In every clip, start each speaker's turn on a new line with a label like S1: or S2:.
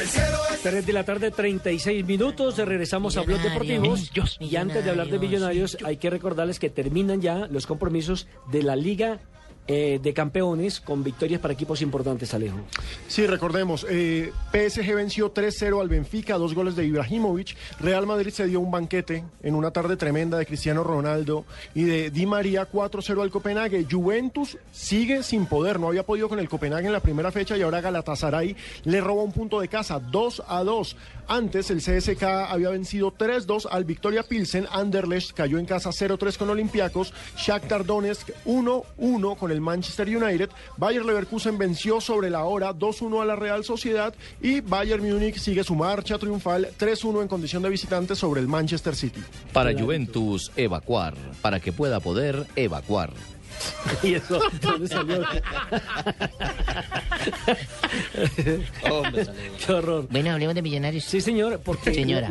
S1: El cielo es
S2: 3 de la tarde, 36 minutos. Regresamos a Blog Deportivos.
S3: Millonarios,
S2: Y antes de hablar de Millonarios, hay que recordarles que terminan ya los compromisos de la Liga eh, de Campeones con victorias para equipos importantes, Alejo.
S4: Sí, recordemos, eh, PSG venció 3-0 al Benfica, dos goles de Ibrahimovic. Real Madrid se dio un banquete en una tarde tremenda de Cristiano Ronaldo y de Di María 4-0 al Copenhague. Juventus sigue sin poder, no había podido con el Copenhague en la primera fecha y ahora Galatasaray le roba un punto de casa, 2-2. Antes el CSK había vencido 3-2 al Victoria Pilsen, Anderlecht cayó en casa 0-3 con Olympiacos, Shakhtar Donetsk 1-1 con el Manchester United, Bayer Leverkusen venció sobre la hora 2-1 a la Real Sociedad y Bayern Múnich sigue su marcha triunfal 3-1 en condición de visitante sobre el Manchester City.
S3: Para Juventus, evacuar. Para que pueda poder evacuar.
S2: Y eso, ¿dónde salió? Qué horror.
S3: Bueno, hablemos de millonarios.
S2: Sí, señor, porque.
S3: Señora.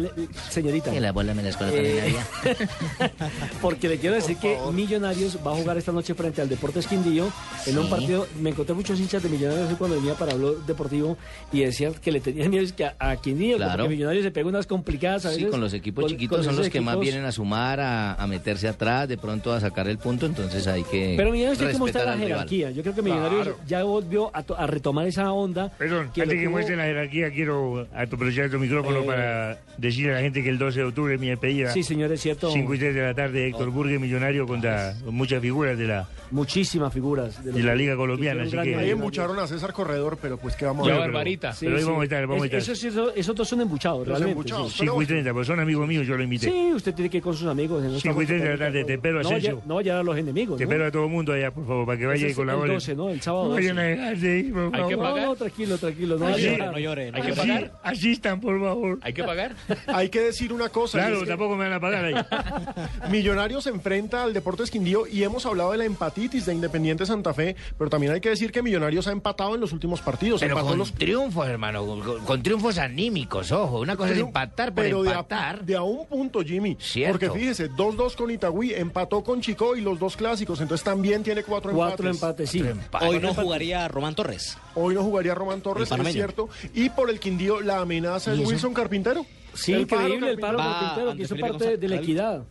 S2: señorita.
S3: Que la bola me la escuela
S2: Eh,
S3: para Navidad.
S2: Porque le quiero decir que Millonarios va a jugar esta noche frente al Deportes Quindío en un
S3: Sí.
S2: partido. Me encontré muchos hinchas de Millonarios hoy cuando venía para hablar deportivo y decían que le tenían miedo es que a, a Quindío,
S3: Claro.
S2: porque Millonarios se pega unas complicadas a veces.
S3: Sí, con los equipos
S2: con-
S3: chiquitos
S2: con
S3: son
S2: esos
S3: los que más
S2: equipos.
S3: vienen a sumar, a, a meterse atrás, de pronto a sacar el punto, entonces hay que
S2: Pero Millonarios tiene que mostrar
S3: respetar
S2: la
S3: al rival.
S2: jerarquía. Yo creo que Millonarios
S5: Claro.
S2: ya volvió a, to- a retomar esa onda.
S5: Perdón,
S2: que lo
S5: antes que
S2: tuvo-
S5: muestre la jerarquía, quiero aprovechar tu micrófono
S2: Eh.
S5: para decirle a la gente que el 12 de octubre es mi despedida.
S2: Sí, señor, es cierto.
S5: 5 y 3 de la tarde, Héctor Burgue, millonario, contra muchas figuras de la,
S2: Muchísimas figuras.
S5: de la Liga Colombiana. Así
S2: Hicieron
S5: que.
S2: gran
S4: Ahí
S2: Millonarios.
S4: embucharon a César Corredor, pero pues qué vamos a
S5: Pero-
S4: ver.
S5: Pero, ahí vamos a estar, vamos a
S2: Es-
S5: estar.
S2: esos- esos- esos dos son embuchados, realmente.
S4: embuchados.
S2: sí.
S5: 5 y 30, porque son amigos míos, yo lo invité.
S2: Sí, usted tiene que ir con sus amigos. en los
S5: Cinco
S2: campos
S5: y treinta de la tarde,
S2: técnicos.
S5: te espero,
S2: no,
S5: Asensio.
S2: vaya- no vaya a los enemigos.
S5: Te
S2: pues, ¿no?
S5: espero a todo el mundo allá, por favor, para que
S2: Ese
S5: vaya y
S2: es el
S5: colabore.
S2: 12, ¿no? El sábado.
S5: No
S2: 12.
S5: vayan a dejar de ir, por
S6: Hay que
S5: favor.
S6: pagar.
S2: No, no, tranquilo, tranquilo. No,
S5: Así-
S2: vaya a
S6: llore, no llore, no llore. ¿Hay
S5: así-
S6: que pagar?
S5: Asistan, por favor.
S6: Hay que pagar.
S4: Hay que decir una cosa. y
S5: Claro,
S4: es que-
S5: tampoco me van a pagar ahí.
S4: Millonarios se enfrenta al Deportes Quindío y hemos hablado de la empatitis de Independiente Santa Fe, pero también hay que decir que Millonarios ha empatado en los últimos partidos.
S3: Pero
S4: empató
S3: con
S4: los
S3: triunfos, hermano, con, con triunfos anímicos, ojo. Una cosa es empatar por
S4: pero de a-
S3: empatar.
S4: De a, un punto, Jimmy.
S3: Cierto.
S4: Porque fíjese, 2-2 con Itagüí, empató con Chico y los dos clásicos, entonces también tiene cuatro,
S2: Cuatro
S4: empates.
S2: empates, sí.
S6: Hoy no jugaría Román Torres.
S4: Hoy no jugaría Román Torres,
S6: El panameño.
S4: es cierto. Y por el Quindío, la amenaza es Wilson Carpintero.
S2: Sí,
S4: El paro
S2: increíble el paro
S4: Carpintero.
S6: Va
S2: carpintero que
S6: ante
S2: hizo
S6: Felipe
S2: parte
S6: González.
S2: de la
S6: La
S2: equidad.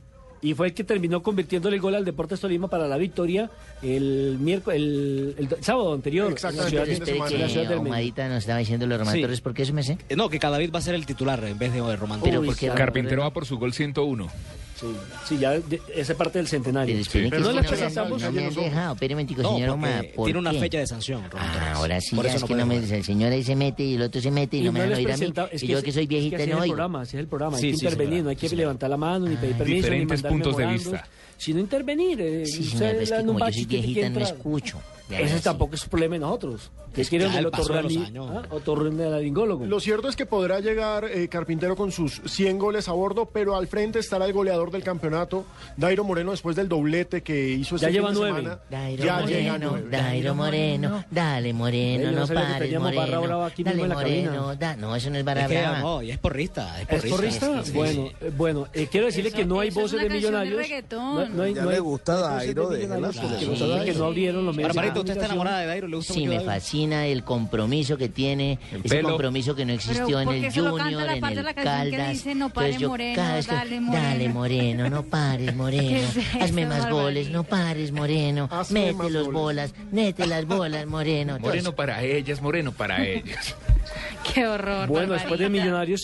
S2: Y fue el que terminó convirtiéndole el gol al Deportes Tolima para la victoria el miércoles, el, el do- sábado anterior. en la
S4: Exactamente,
S2: ciudad
S4: el fin de
S2: de-
S3: Espere
S4: semana.
S2: en la ciudad
S3: que
S2: del Medellín.
S3: Ahumadita nos estaba diciendo los
S2: Sí.
S3: rematores, porque eso me sé.
S6: Eh, No, que Cadavid va a ser el titular en vez de eh, Román
S3: Pero
S2: Uy,
S6: Torres.
S3: porque
S7: Carpintero va por su gol 101.
S2: Sí, sí, ya de- esa parte del centenario.
S3: Pero espere que
S4: Pero no
S3: no,
S4: le
S3: me-
S4: alcanzamos
S3: no
S4: ayer
S3: me han
S4: los ojos.
S3: dejado. Espere un momentico,
S6: No,
S3: señor
S6: porque
S3: Oma. ¿por
S6: tiene una
S3: qué?
S6: fecha de sanción, Román
S3: Ah,
S6: Torres.
S3: ahora sí,
S6: Por
S3: ya
S6: eso
S3: es
S6: no
S3: que no
S6: puede
S3: me
S6: jugar.
S3: el señor ahí se mete y el otro se mete y, no, me van a
S2: les
S3: oír a mí.
S2: presentaba- es
S3: y
S2: que
S3: yo
S2: es-
S3: que soy
S2: es que
S3: viejita
S2: así es
S3: no
S2: el
S3: oigo.
S2: programa, así es el programa,
S6: Sí,
S2: hay que
S6: sí,
S2: intervenir,
S6: señora.
S2: no hay que
S6: Sí.
S2: levantar la mano ni pedir permiso ni
S7: diferentes
S2: mandar
S7: puntos de
S2: memorandos,
S7: vista.
S2: sino intervenir. eh,
S3: Sí,
S2: usted
S3: señora, pero es
S2: le
S3: que
S2: dan un
S3: como yo
S2: bache
S3: soy
S2: y tiene que
S3: viejita no
S2: entrar.
S3: escucho. Ya,
S2: Ese
S3: sí.
S2: tampoco es problema de nosotros. Que
S3: Es
S2: quieren
S6: ya
S2: el
S6: el paso de los
S2: otorrani-
S6: años.
S2: ah, otorrinolaringólogo.
S4: Lo cierto es que podrá llegar eh, Carpintero con sus 100 goles a bordo, pero al frente estará el goleador del campeonato, Dairo Moreno, después del doblete que hizo este
S2: Ya
S4: fin
S2: lleva
S4: de
S2: nueve.
S4: semana.
S3: Dairo
S4: ya llega
S3: Moreno,
S4: nueve.
S3: Dairo Moreno, dale
S2: Eh,
S3: Moreno,
S2: yo no
S3: no
S2: sabía que
S3: pares
S2: teníamos barra
S3: Moreno,
S2: brava aquí mismo
S3: dale
S2: en la cabina.
S3: Moreno, da- no, eso no es barra
S6: Es que,
S3: brava.
S6: no, y es porrista. Es
S2: ¿Es
S6: porrista.
S2: porrista?
S6: Sí, sí,
S2: bueno, eh, bueno eh, quiero decirle
S8: Eso-
S2: que no hay
S8: eso es
S2: voces
S8: una
S2: de
S8: canción de
S2: millonarios.
S8: reggaetón.
S2: hay-
S8: Ya
S2: hay-
S8: le
S2: no
S8: gusta
S2: hay
S8: a
S2: voces
S8: Dairo,
S2: de
S8: déjela,
S2: millonarios,
S8: porque
S2: que
S3: le
S2: no
S3: gusta a
S2: que
S3: Dairo.
S2: no abrieron los medios.
S6: Ahora,
S2: de
S6: Marito, ¿usted está
S2: comunicación.
S6: enamorada de Dairo? ¿Le gusta
S3: Sí,
S6: mucho
S3: me
S6: Dairo?
S3: fascina el compromiso que tiene,
S7: El
S3: ese
S7: pelo.
S3: compromiso que no existió en
S8: ¿por
S3: el
S8: qué solo canta
S3: Junior,
S8: la
S3: en
S8: parte de
S3: el
S8: la canción que
S3: Caldas.
S8: dice, "No pares,
S3: Entonces yo
S8: Moreno,
S3: cada vez que,
S8: dale, Moreno"?
S3: dale, Moreno, no pares, Moreno,
S8: ¿Qué es
S3: hazme
S8: eso,
S3: más
S8: barbaridad?
S3: goles, no pares, Moreno,
S4: Hazme
S3: mete
S4: más
S3: los
S4: goles.
S3: bolas, mete las bolas, Moreno. Entonces,
S7: Moreno para ellas, moreno para ellos.
S8: Qué horror.
S2: Bueno, después de
S8: barbaridad.
S2: Millonarios,